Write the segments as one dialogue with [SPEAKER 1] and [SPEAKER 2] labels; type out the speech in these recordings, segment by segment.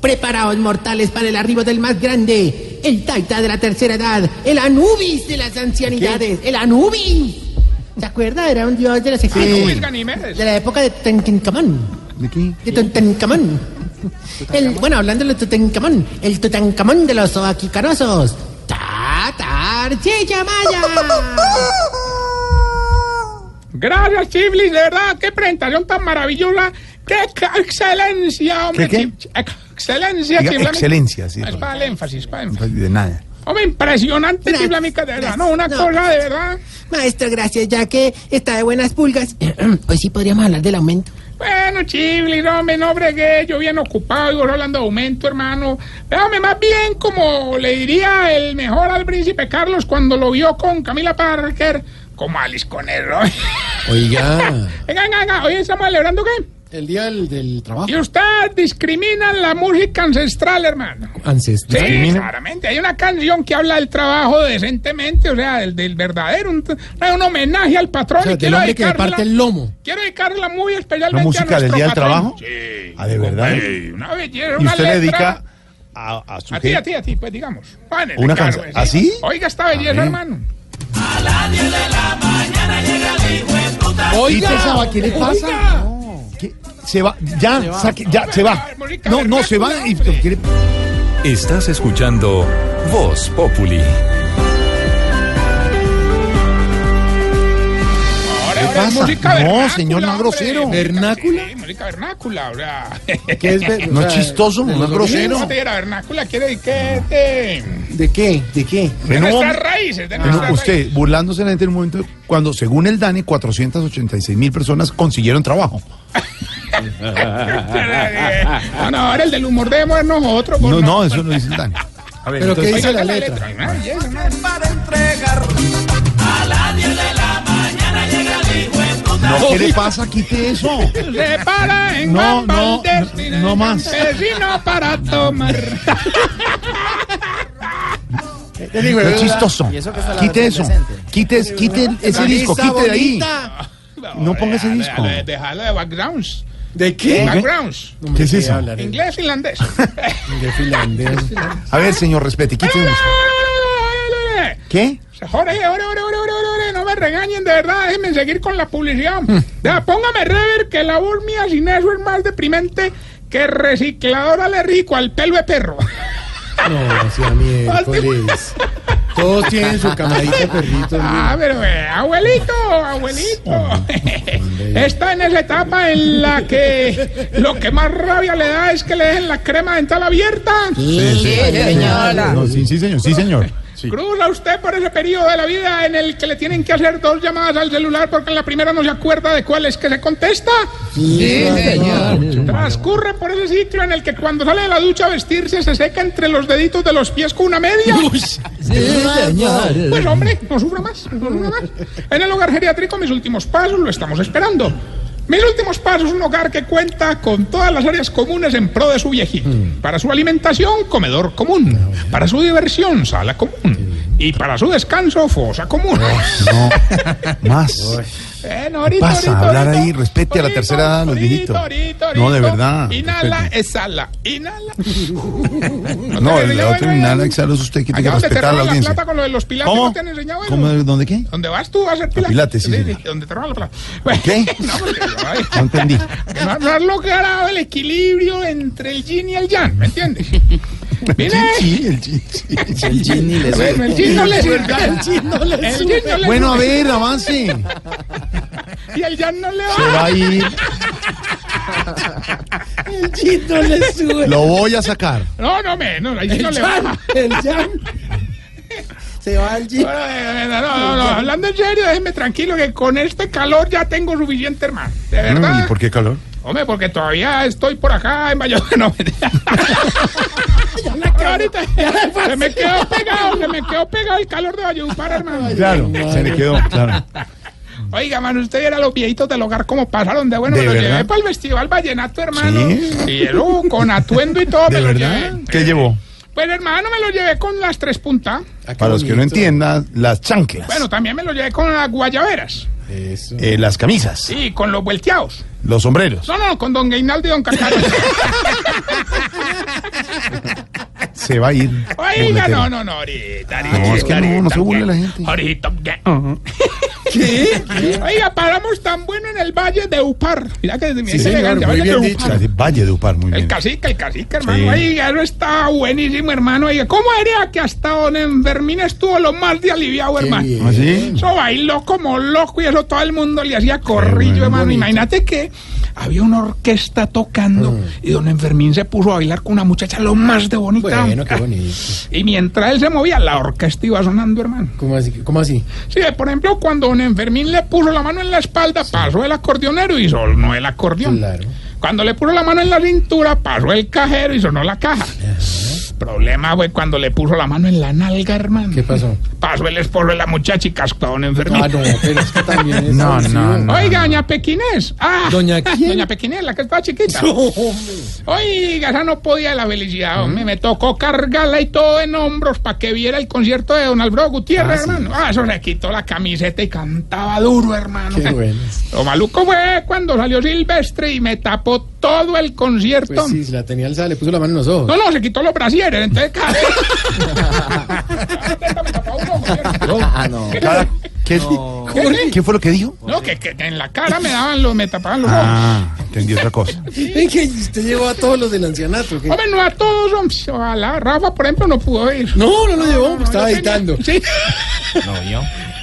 [SPEAKER 1] Preparaos mortales para el arribo del más grande, el Taita de la tercera edad, el Anubis de las ancianidades, el Anubis. ¿Se acuerda? Era un dios de la sección.
[SPEAKER 2] Anubis Ganimedes.
[SPEAKER 1] De la época de Tutankamón.
[SPEAKER 3] ¿De qué?
[SPEAKER 1] De Tutankamón. El, bueno, hablando de Tutankamón, el Tutankamón de los oaquicarosos. Tatar, Maya.
[SPEAKER 2] Gracias, Chiblis, de verdad, qué presentación tan maravillosa. ¡Qué ex- excelencia, hombre!
[SPEAKER 3] ¿Qué, qué?
[SPEAKER 2] Chib- ex- Excelencia,
[SPEAKER 3] Diga
[SPEAKER 2] Chiblámica.
[SPEAKER 3] excelencia, sí,
[SPEAKER 2] Es
[SPEAKER 3] por-
[SPEAKER 2] para el énfasis, para el énfasis.
[SPEAKER 3] De nada.
[SPEAKER 2] Hombre, impresionante,
[SPEAKER 1] Gracias,
[SPEAKER 2] Chiblámica, de verdad. No, una
[SPEAKER 1] gracias. No.
[SPEAKER 2] cosa de verdad.
[SPEAKER 1] Maestro, gracias, ya que está de buenas pulgas. Hoy sí podríamos hablar del aumento.
[SPEAKER 2] Bueno, Chiblis, no, hombre, no bregué. Yo bien ocupado, y vos hablando de aumento, hermano. Véame más bien como le diría el mejor al príncipe Carlos cuando lo vio con Camila Parker, como Alice con el Roy.
[SPEAKER 3] Ah.
[SPEAKER 4] Oiga,
[SPEAKER 2] Venga, venga, venga, hoy estamos celebrando qué?
[SPEAKER 4] el día del, del trabajo
[SPEAKER 2] Y usted discrimina la música ancestral, hermano. Sí,
[SPEAKER 4] ancestral.
[SPEAKER 2] claramente. Hay una canción que habla del trabajo decentemente, o sea, del, del verdadero, un, un homenaje al patrón.
[SPEAKER 4] O sea,
[SPEAKER 2] y
[SPEAKER 4] del
[SPEAKER 2] quiero
[SPEAKER 4] hombre que le parte
[SPEAKER 2] dedicármela-
[SPEAKER 4] el lomo.
[SPEAKER 2] Quiero dedicarla muy especialmente
[SPEAKER 3] ¿La música
[SPEAKER 2] a nuestro
[SPEAKER 3] del Día del
[SPEAKER 2] patrón.
[SPEAKER 3] Trabajo?
[SPEAKER 2] Sí.
[SPEAKER 3] Ah, ¿de verdad?
[SPEAKER 2] Sí, una belleza,
[SPEAKER 3] Y
[SPEAKER 2] una
[SPEAKER 3] usted le
[SPEAKER 2] letra.
[SPEAKER 3] dedica a, a su
[SPEAKER 2] A ti, a
[SPEAKER 3] gente.
[SPEAKER 2] ti, a ti, pues digamos. Bueno,
[SPEAKER 3] Una
[SPEAKER 2] claro,
[SPEAKER 3] canción. ¿Ah,
[SPEAKER 2] sí.
[SPEAKER 3] ¿Así?
[SPEAKER 2] Oiga esta belleza, hermano.
[SPEAKER 4] Oiga, Saba, ¿qué le pasa?
[SPEAKER 3] ¿Qué? Se va, ya, saque- ya, se va. No, no, se va. y- ¿quiere-
[SPEAKER 5] Estás escuchando Voz Populi.
[SPEAKER 2] Ahora,
[SPEAKER 3] ¿Qué
[SPEAKER 2] ahora es
[SPEAKER 3] pasa?
[SPEAKER 2] música
[SPEAKER 3] No,
[SPEAKER 2] vernácula,
[SPEAKER 3] señor, no
[SPEAKER 2] hombre,
[SPEAKER 3] grosero.
[SPEAKER 2] música-
[SPEAKER 4] ¿Vernácula?
[SPEAKER 2] Sí, música vernácula, o sea.
[SPEAKER 4] ¿Qué es ver-
[SPEAKER 3] No
[SPEAKER 4] o
[SPEAKER 3] es
[SPEAKER 4] sea,
[SPEAKER 3] chistoso,
[SPEAKER 4] de
[SPEAKER 3] no es
[SPEAKER 4] los
[SPEAKER 3] grosero.
[SPEAKER 2] No
[SPEAKER 4] orígenes?
[SPEAKER 2] te diera vernácula, quiere decir que te-
[SPEAKER 4] ¿De qué? ¿De qué?
[SPEAKER 2] De
[SPEAKER 3] Pero
[SPEAKER 2] nuestras
[SPEAKER 3] hombre,
[SPEAKER 2] raíces, de
[SPEAKER 3] pero
[SPEAKER 2] nuestras
[SPEAKER 3] Ah, usted burlándose de la gente en un momento cuando, según el DANE, 486 mil personas consiguieron trabajo.
[SPEAKER 2] Ah, raíces. No, no, ahora el del humor debemos ser nosotros. por
[SPEAKER 3] No, no, eso no dice el DANE. A ver,
[SPEAKER 4] ¿Pero qué
[SPEAKER 3] entonces-
[SPEAKER 4] dice
[SPEAKER 2] Oiga,
[SPEAKER 4] la
[SPEAKER 2] la
[SPEAKER 4] letra?
[SPEAKER 2] letra. ¿no? Y eso, ¿no?
[SPEAKER 3] no, ¿qué le pasa? Quite eso.
[SPEAKER 2] Se para en
[SPEAKER 3] No,
[SPEAKER 2] Gamban
[SPEAKER 3] no,
[SPEAKER 2] Destiny,
[SPEAKER 3] no más.
[SPEAKER 2] Vecino para tomar.
[SPEAKER 3] No es chistoso. Quite eso. Quite, quite el- ese disco, quite de ahí.
[SPEAKER 4] bonita.
[SPEAKER 3] No ponga ese disco.
[SPEAKER 2] Déjalo, déjalo de backgrounds.
[SPEAKER 4] ¿De qué?
[SPEAKER 2] Backgrounds.
[SPEAKER 3] ¿Qué es eso?
[SPEAKER 2] Inglés, finlandés.
[SPEAKER 4] De finlandés.
[SPEAKER 3] A ver, señor, respete, quite el disco. ¿Qué?
[SPEAKER 2] Jorge, ore, ore, ore, ore, ore, ore, no me regañen, de verdad, déjenme seguir con la publicidad. Ya, póngame rever que la voz mía sin eso es más deprimente que recicladora le rico al pelo de perro.
[SPEAKER 4] No, sea miércoles. Todos tienen su camarita de perrito.
[SPEAKER 2] Ah, pero eh, abuelito, abuelito. Está en esa etapa en la que lo que más rabia le da es que le dejen la crema dental abierta.
[SPEAKER 3] No, sí, sí, señor, sí, señor.
[SPEAKER 2] Cruza usted por ese periodo de la vida en el que le tienen que hacer dos llamadas al celular porque en la primera no se acuerda de cuál es que se contesta. Transcurre por ese sitio en el que cuando sale de la ducha a vestirse se seca entre los deditos de los pies con una media. Pues hombre, no sufra más, no sufra más. En el hogar geriátrico mis últimos pasos lo estamos esperando. Mis últimos pasos, un hogar que cuenta con todas las áreas comunes en pro de su viejito. Para su alimentación, comedor común. Para su diversión, sala común. Y para su descanso, fosa común.
[SPEAKER 3] No, más.
[SPEAKER 2] Bueno, ahorita,
[SPEAKER 3] pasa?
[SPEAKER 2] ahorita,
[SPEAKER 3] Hablar
[SPEAKER 2] ahorita.
[SPEAKER 3] ahí, respete a la
[SPEAKER 2] Ahorita,
[SPEAKER 3] tercera edad, los
[SPEAKER 2] ahorita,
[SPEAKER 3] viejitos.
[SPEAKER 2] ahorita,
[SPEAKER 3] No, de
[SPEAKER 2] ahorita.
[SPEAKER 3] verdad,
[SPEAKER 2] Inhala,
[SPEAKER 3] respete.
[SPEAKER 2] exhala, inhala.
[SPEAKER 3] No, el otro nada que sabe es usted que tiene que
[SPEAKER 2] Allá donde te
[SPEAKER 3] respetar a la
[SPEAKER 2] roban la
[SPEAKER 3] audiencia.
[SPEAKER 2] plata con lo de los pilates,
[SPEAKER 3] ¿Cómo?
[SPEAKER 2] ¿no te han enseñado eso?
[SPEAKER 3] ¿Cómo? ¿Dónde qué?
[SPEAKER 2] ¿Dónde vas tú a hacer pilates?
[SPEAKER 3] Pilates, sí, señor.
[SPEAKER 2] ¿Dónde te roban la plata? Bueno,
[SPEAKER 3] ¿Qué?
[SPEAKER 2] No, pues, porque, ay,
[SPEAKER 3] No entendí.
[SPEAKER 2] no, no has logrado el equilibrio entre el yin y el yang, ¿me entiendes? Mire,
[SPEAKER 3] Sí, el chi- sí.
[SPEAKER 2] bueno, el yin no le sirve. El yin no le sirve.
[SPEAKER 3] Bueno, a ver, avance.
[SPEAKER 2] Y el yang no le
[SPEAKER 3] Se
[SPEAKER 2] va.
[SPEAKER 3] va a ir,
[SPEAKER 4] El chito le sube.
[SPEAKER 3] lo voy a sacar.
[SPEAKER 2] No, no, menos, el yin no le va.
[SPEAKER 4] El jam. Se va el chito.
[SPEAKER 2] Eh, No, no, no, no, hablando en serio, déjeme tranquilo que con este calor ya tengo suficiente, hermano. De
[SPEAKER 3] Mm,
[SPEAKER 2] verdad.
[SPEAKER 3] ¿Y por qué calor?
[SPEAKER 2] Hombre, porque todavía estoy por acá en Valladolid. No, mentira. Ahorita se me quedó pegado, se me quedó pegado el calor de Valledupar, hermano.
[SPEAKER 3] Claro, se le quedó, claro.
[SPEAKER 2] Oiga, mano, usted viera los viejitos del hogar como pasaron de bueno.
[SPEAKER 3] ¿De
[SPEAKER 2] me los
[SPEAKER 3] verdad?
[SPEAKER 2] llevé para el festival vallenato, hermano.
[SPEAKER 3] ¿Sí?
[SPEAKER 2] Y el uh, con atuendo y todo.
[SPEAKER 3] ¿De
[SPEAKER 2] me lo
[SPEAKER 3] verdad?
[SPEAKER 2] llevé.
[SPEAKER 3] ¿Qué llevó?
[SPEAKER 2] Pues, hermano, me lo llevé con las tres puntas.
[SPEAKER 3] Para los que no entiendan, las chanclas,
[SPEAKER 2] Bueno, también me lo llevé con las guayaberas.
[SPEAKER 4] Eso.
[SPEAKER 3] eh, las camisas,
[SPEAKER 2] Sí, con los vuelteados.
[SPEAKER 3] los sombreros.
[SPEAKER 2] No, no, con don Gainaldo y don Cacarón.
[SPEAKER 3] Se va a ir.
[SPEAKER 2] Oiga, no, no, no, ahorita, ahorita.
[SPEAKER 3] No, es que no, no se burle la gente.
[SPEAKER 2] Ahorita. ¿Qué? Oiga, paramos tan bueno en el Valle de Upar. Mira que es
[SPEAKER 4] señor,
[SPEAKER 2] elegante.
[SPEAKER 4] muy
[SPEAKER 2] Valle
[SPEAKER 4] bien
[SPEAKER 2] de
[SPEAKER 4] dicho.
[SPEAKER 2] Upar.
[SPEAKER 3] La de Valle de Upar, muy
[SPEAKER 2] El
[SPEAKER 3] bien.
[SPEAKER 2] cacique, el cacique, hermano.
[SPEAKER 3] Sí.
[SPEAKER 2] Oiga, eso está buenísimo, hermano. Oiga, ¿cómo era que hasta don Enfermín estuvo lo más de aliviado, hermano?
[SPEAKER 4] bien.
[SPEAKER 3] ¿Ah, sí?
[SPEAKER 2] Eso bailó como loco y eso todo el mundo le hacía corrillo,
[SPEAKER 3] bueno,
[SPEAKER 2] hermano. Imagínate que había una orquesta tocando
[SPEAKER 4] Ah.
[SPEAKER 2] y don Enfermín se puso a bailar con una muchacha lo más de bonita.
[SPEAKER 4] Bueno, qué bonito.
[SPEAKER 2] Y mientras él se movía, la orquesta iba sonando, hermano.
[SPEAKER 4] ¿Cómo así? ¿Cómo así?
[SPEAKER 2] Sí, por ejemplo, cuando don Enfermín le puso la mano en la espalda, pasó el acordeonero y sonó el acordeón.
[SPEAKER 4] Claro.
[SPEAKER 2] Cuando le puso la mano en la cintura, pasó el cajero y sonó la caja. Problema fue cuando le puso la mano en la nalga, hermano.
[SPEAKER 4] ¿Qué pasó?
[SPEAKER 2] Pasó el esposo de la muchacha y cascó a don Enfermín.
[SPEAKER 4] Ah, no, pero es que también es.
[SPEAKER 3] No,
[SPEAKER 4] abusivo.
[SPEAKER 3] no, no.
[SPEAKER 2] Oiga, doña Pequinés. Ah,
[SPEAKER 4] ¿Doña quién?
[SPEAKER 2] Doña Pequinés, la que estaba chiquita. Oiga, esa no podía de la
[SPEAKER 4] Mm.
[SPEAKER 2] felicidad, hombre. Me tocó cargarla y todo en hombros para que viera el concierto de Don Alfredo Gutiérrez, hermano. Ah, eso le quitó la camiseta y cantaba duro, hermano.
[SPEAKER 4] Qué bueno.
[SPEAKER 2] Lo maluco fue cuando salió Silvestre y me tapó todo el concierto.
[SPEAKER 4] Pues sí, se la tenía alzada, le puso la mano en los ojos.
[SPEAKER 2] No, no, se quitó los brasieres, entonces cada... Me tapó un ojo, ¿cierto?
[SPEAKER 6] Ah, no.
[SPEAKER 3] Cada- ¿qué, ¿Qué fue lo que dijo?
[SPEAKER 2] No, que, que en la cara me daban los, me tapaban los ojos.
[SPEAKER 3] Ah, entendí otra cosa.
[SPEAKER 4] Ven que usted llevó a todos los del ancianato. ¿qué?
[SPEAKER 2] Hombre, no a todos, hombre. Ojalá. Rafa, por ejemplo, no pudo ir.
[SPEAKER 4] No, no lo llevó, porque estaba
[SPEAKER 2] yo tenía-
[SPEAKER 4] editando.
[SPEAKER 2] Sí.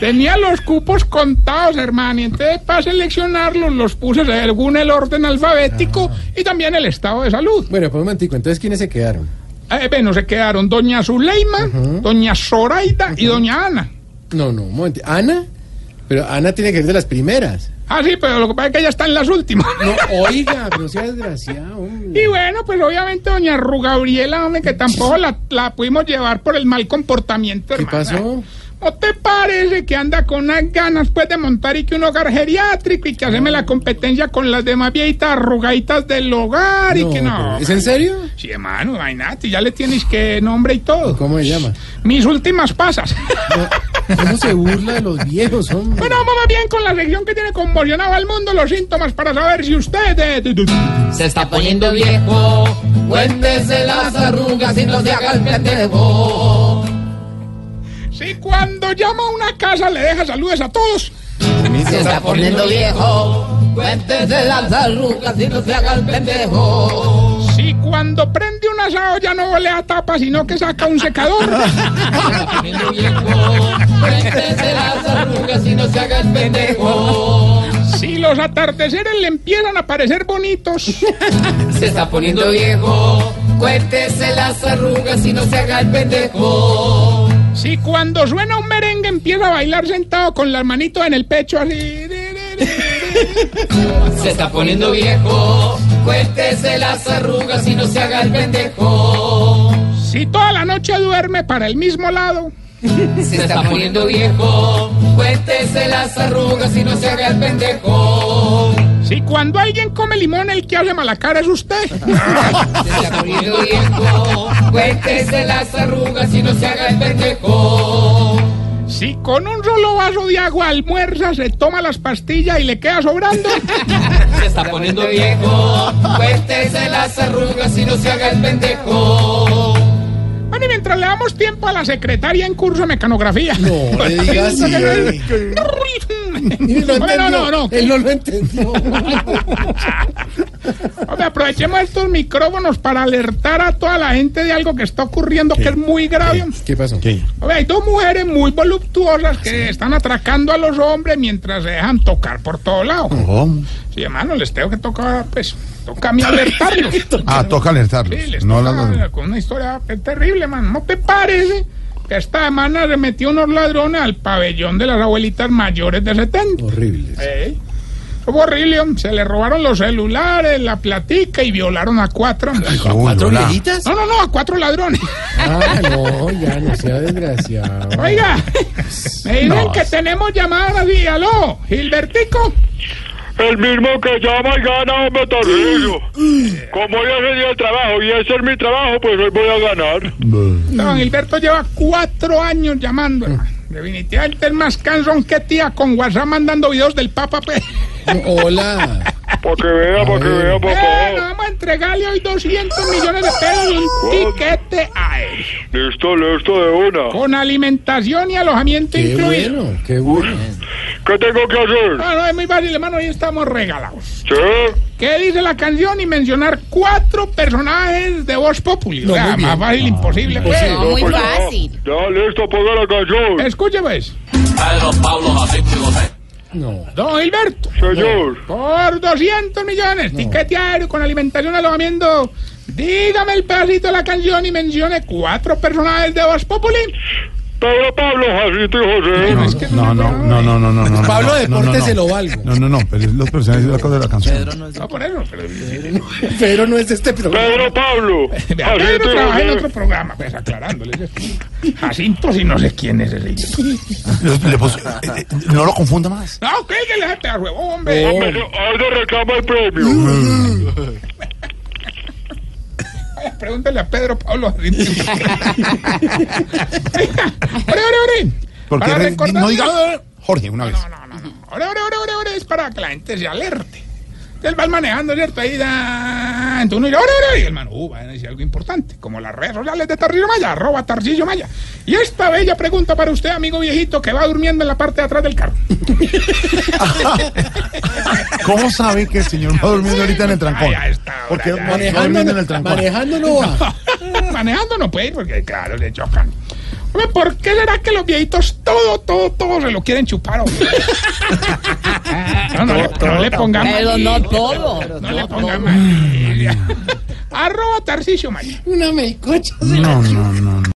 [SPEAKER 2] Tenía los cupos contados, hermano, y entonces para seleccionarlos los puse según el orden alfabético
[SPEAKER 4] Ah.
[SPEAKER 2] y también el estado de salud.
[SPEAKER 4] Bueno, pues un momentico, entonces ¿quiénes se quedaron?
[SPEAKER 2] Eh, bueno, se quedaron doña Zuleima, doña Zoraida y doña Ana.
[SPEAKER 4] No, no, un momento. ¿Ana? Pero Ana tiene que ser de las primeras.
[SPEAKER 2] Ah, sí, pero lo que pasa es que ya están las últimas.
[SPEAKER 4] No, oiga, pero sea desgraciado. hombre.
[SPEAKER 2] Y bueno, pues obviamente doña Ru Gabriela, hombre, que tampoco la, la pudimos llevar por el mal comportamiento,
[SPEAKER 4] ¿Qué
[SPEAKER 2] hermano.
[SPEAKER 4] pasó?
[SPEAKER 2] ¿No te parece que anda con unas ganas pues de montar y que un hogar geriátrico y que haceme la competencia con las demás viejitas arrugaditas del hogar y que
[SPEAKER 4] pero-
[SPEAKER 2] no?
[SPEAKER 4] ¿Es en serio?
[SPEAKER 2] Sí, hermano, imagínate, ya le tienes que nombre y todo.
[SPEAKER 4] ¿Cómo se llama?
[SPEAKER 2] Mis últimas pasas.
[SPEAKER 4] ¿Cómo se burla de los viejos, hombre?
[SPEAKER 2] bueno, vamos más bien con la sección que tiene conmocionado al mundo los síntomas para saber si usted... eh,
[SPEAKER 6] Se está poniendo viejo. Cuéntese las arrugas y no se haga el pendejo.
[SPEAKER 2] Si cuando llama a una casa le deja saludos a todos.
[SPEAKER 6] Se está poniendo viejo. Cuéntese las arrugas y no se haga el pendejo.
[SPEAKER 2] Si cuando prende un asado ya no volea tapa, sino que saca un secador.
[SPEAKER 6] Poniendo viejo. Cuéntese las arrugas y no se haga el pendejo.
[SPEAKER 2] Si los atardeceres le empiezan a parecer bonitos.
[SPEAKER 6] Se está poniendo viejo. Cuéntese las arrugas y no se haga el pendejo.
[SPEAKER 2] Si cuando suena un merengue empieza a bailar sentado con las manitos en el pecho así. de, de, de.
[SPEAKER 6] Se está poniendo viejo. Cuéntese las arrugas y no se haga el pendejo.
[SPEAKER 2] Si toda la noche duerme para el mismo lado.
[SPEAKER 6] Se está poniendo viejo. Cuéntese las arrugas y no se haga el pendejo.
[SPEAKER 2] Si cuando alguien come limón el que hace mala cara es usted.
[SPEAKER 6] Se está poniendo viejo. Cuéntese las arrugas y no se haga el pendejo.
[SPEAKER 2] Si con un solo vaso de agua almuerza se toma las pastillas y le queda sobrando.
[SPEAKER 6] Se está poniendo viejo. Cuéntese las arrugas y no se haga el pendejo.
[SPEAKER 2] Bueno, y mientras le damos tiempo a la secretaria en curso de mecanografía.
[SPEAKER 4] No le diga así. Él lo
[SPEAKER 2] Hombre, no, no,
[SPEAKER 4] entendió,
[SPEAKER 2] no.
[SPEAKER 4] Él no lo entendió.
[SPEAKER 2] Hombre, aprovechemos estos micrófonos para alertar a toda la gente de algo que está ocurriendo que es muy grave.
[SPEAKER 4] ¿Qué pasó?
[SPEAKER 3] ¿Qué?
[SPEAKER 2] Hombre, hay dos mujeres muy voluptuosas que están atracando a los hombres mientras se dejan tocar por todo lado.
[SPEAKER 4] Mm.
[SPEAKER 3] ¿Cómo?
[SPEAKER 2] Sí, hermano, les tengo que tocar, pues, toca a mí alertarlos.
[SPEAKER 3] Ah, toca
[SPEAKER 2] Sí,
[SPEAKER 3] alertarlos.
[SPEAKER 2] les
[SPEAKER 3] No,
[SPEAKER 2] toca
[SPEAKER 3] no, no.
[SPEAKER 2] con una historia terrible, man. ¿No te parece que esta semana le metió unos ladrones al pabellón de las abuelitas mayores de 70?
[SPEAKER 4] Horrible.
[SPEAKER 2] Ey. Fue horrible, hombre. se le robaron los celulares, la platica y violaron a cuatro. hombre.
[SPEAKER 3] Uy, hola.
[SPEAKER 2] No, no, no, a cuatro ladrones.
[SPEAKER 4] Ah, no, ya no sea desgraciado.
[SPEAKER 2] Oiga, me dicen que tenemos llamadas y aló, Gilbertico.
[SPEAKER 7] El mismo que llama y gana, hombre, Torrillo. Como yo sería el trabajo y ese es mi trabajo, pues hoy voy a ganar.
[SPEAKER 2] Don Gilberto lleva cuatro años llamando. hermano. Definitivamente es más cansón que tía con WhatsApp mandando videos del Papa. Pues.
[SPEAKER 4] No, hola.
[SPEAKER 7] Para que vea, para que vea,
[SPEAKER 2] Eh, nos
[SPEAKER 7] papá.
[SPEAKER 2] vamos a entregarle hoy 200 millones de pesos y un tiquete a él.
[SPEAKER 7] Listo, listo de una.
[SPEAKER 2] Con alimentación y alojamiento
[SPEAKER 4] Qué
[SPEAKER 2] incluido.
[SPEAKER 4] bueno, qué bueno.
[SPEAKER 7] ¿Qué tengo que hacer?
[SPEAKER 2] Ah, no, es muy fácil, hermano, ahí estamos regalados.
[SPEAKER 7] ¿Sí?
[SPEAKER 2] ¿Qué dice la canción? Y mencionar cuatro personajes de Voz Populi. o sea,
[SPEAKER 4] muy bien. Ah,
[SPEAKER 2] más fácil imposible. pues.
[SPEAKER 8] No, muy
[SPEAKER 7] pues,
[SPEAKER 8] fácil.
[SPEAKER 7] Ya, listo, ponga la canción.
[SPEAKER 2] Escuche, pues.
[SPEAKER 4] No.
[SPEAKER 2] Don Gilberto,
[SPEAKER 7] Señor.
[SPEAKER 2] por 200 millones, tiqueteario con alimentación, alojamiento. Dígame el pedacito de la canción y mencione cuatro personajes de Voz Populi.
[SPEAKER 7] Pedro Pablo, Jacinto y José.
[SPEAKER 2] Es que
[SPEAKER 3] No, no, no, no, no, no, no.
[SPEAKER 4] Pablo
[SPEAKER 3] no, no,
[SPEAKER 4] Deporte
[SPEAKER 3] no.
[SPEAKER 4] se lo valgo.
[SPEAKER 3] No, no, no, pero es los personajes de la cosa de la canción.
[SPEAKER 2] No, por eso. Pero,
[SPEAKER 4] Pero no es este programa.
[SPEAKER 7] Pedro Pablo,
[SPEAKER 2] Vea, Pedro
[SPEAKER 7] Jacinto y
[SPEAKER 2] trabaja en
[SPEAKER 7] José.
[SPEAKER 2] otro programa, pues aclarándole. Jacinto, si no sé quién es el
[SPEAKER 3] Le- le puso- eh, eh, no lo confunda más.
[SPEAKER 2] No, Ah, que le deja pegar huevo, hombre.
[SPEAKER 7] Hombre, hoy le reclama el premio.
[SPEAKER 2] Pregúntale a Pedro Pablo Jacinto. ore, ore, ore.
[SPEAKER 3] Porque
[SPEAKER 2] Para
[SPEAKER 3] re-
[SPEAKER 2] recordar-
[SPEAKER 3] no diga Jorge una vez.
[SPEAKER 2] No, no, no, no. Ore, ore, ore, ore, ore, es para que la gente se alerte. Él va manejando, ¿cierto? Ahí da. Entonces uno dice, ore, ore, ore. Y el man, uh, van a decir algo importante. Como las redes sociales de Tarcillo Maya, arroba Tarcillo Maya. Y esta bella pregunta para usted, amigo viejito, que va durmiendo en la parte de atrás del carro.
[SPEAKER 3] ¿Cómo sabe que el señor va durmiendo ahorita en el trancón?
[SPEAKER 2] Ay, a esta hora,
[SPEAKER 3] Porque
[SPEAKER 2] ya.
[SPEAKER 3] va va durmiendo en el trancón.
[SPEAKER 4] Manejando no va.
[SPEAKER 2] Manejando no puede ir porque, claro, le chocan. Hombre, ¿por qué será que los viejitos todo, todo, todo se lo quieren chupar? hombre? no, no, le, no le pongan
[SPEAKER 8] Pero
[SPEAKER 2] manilla,
[SPEAKER 8] no todo.
[SPEAKER 2] no le pongan manilla. Arroba Tarcicio Maya.
[SPEAKER 4] Una meicocha.
[SPEAKER 3] No, no, no.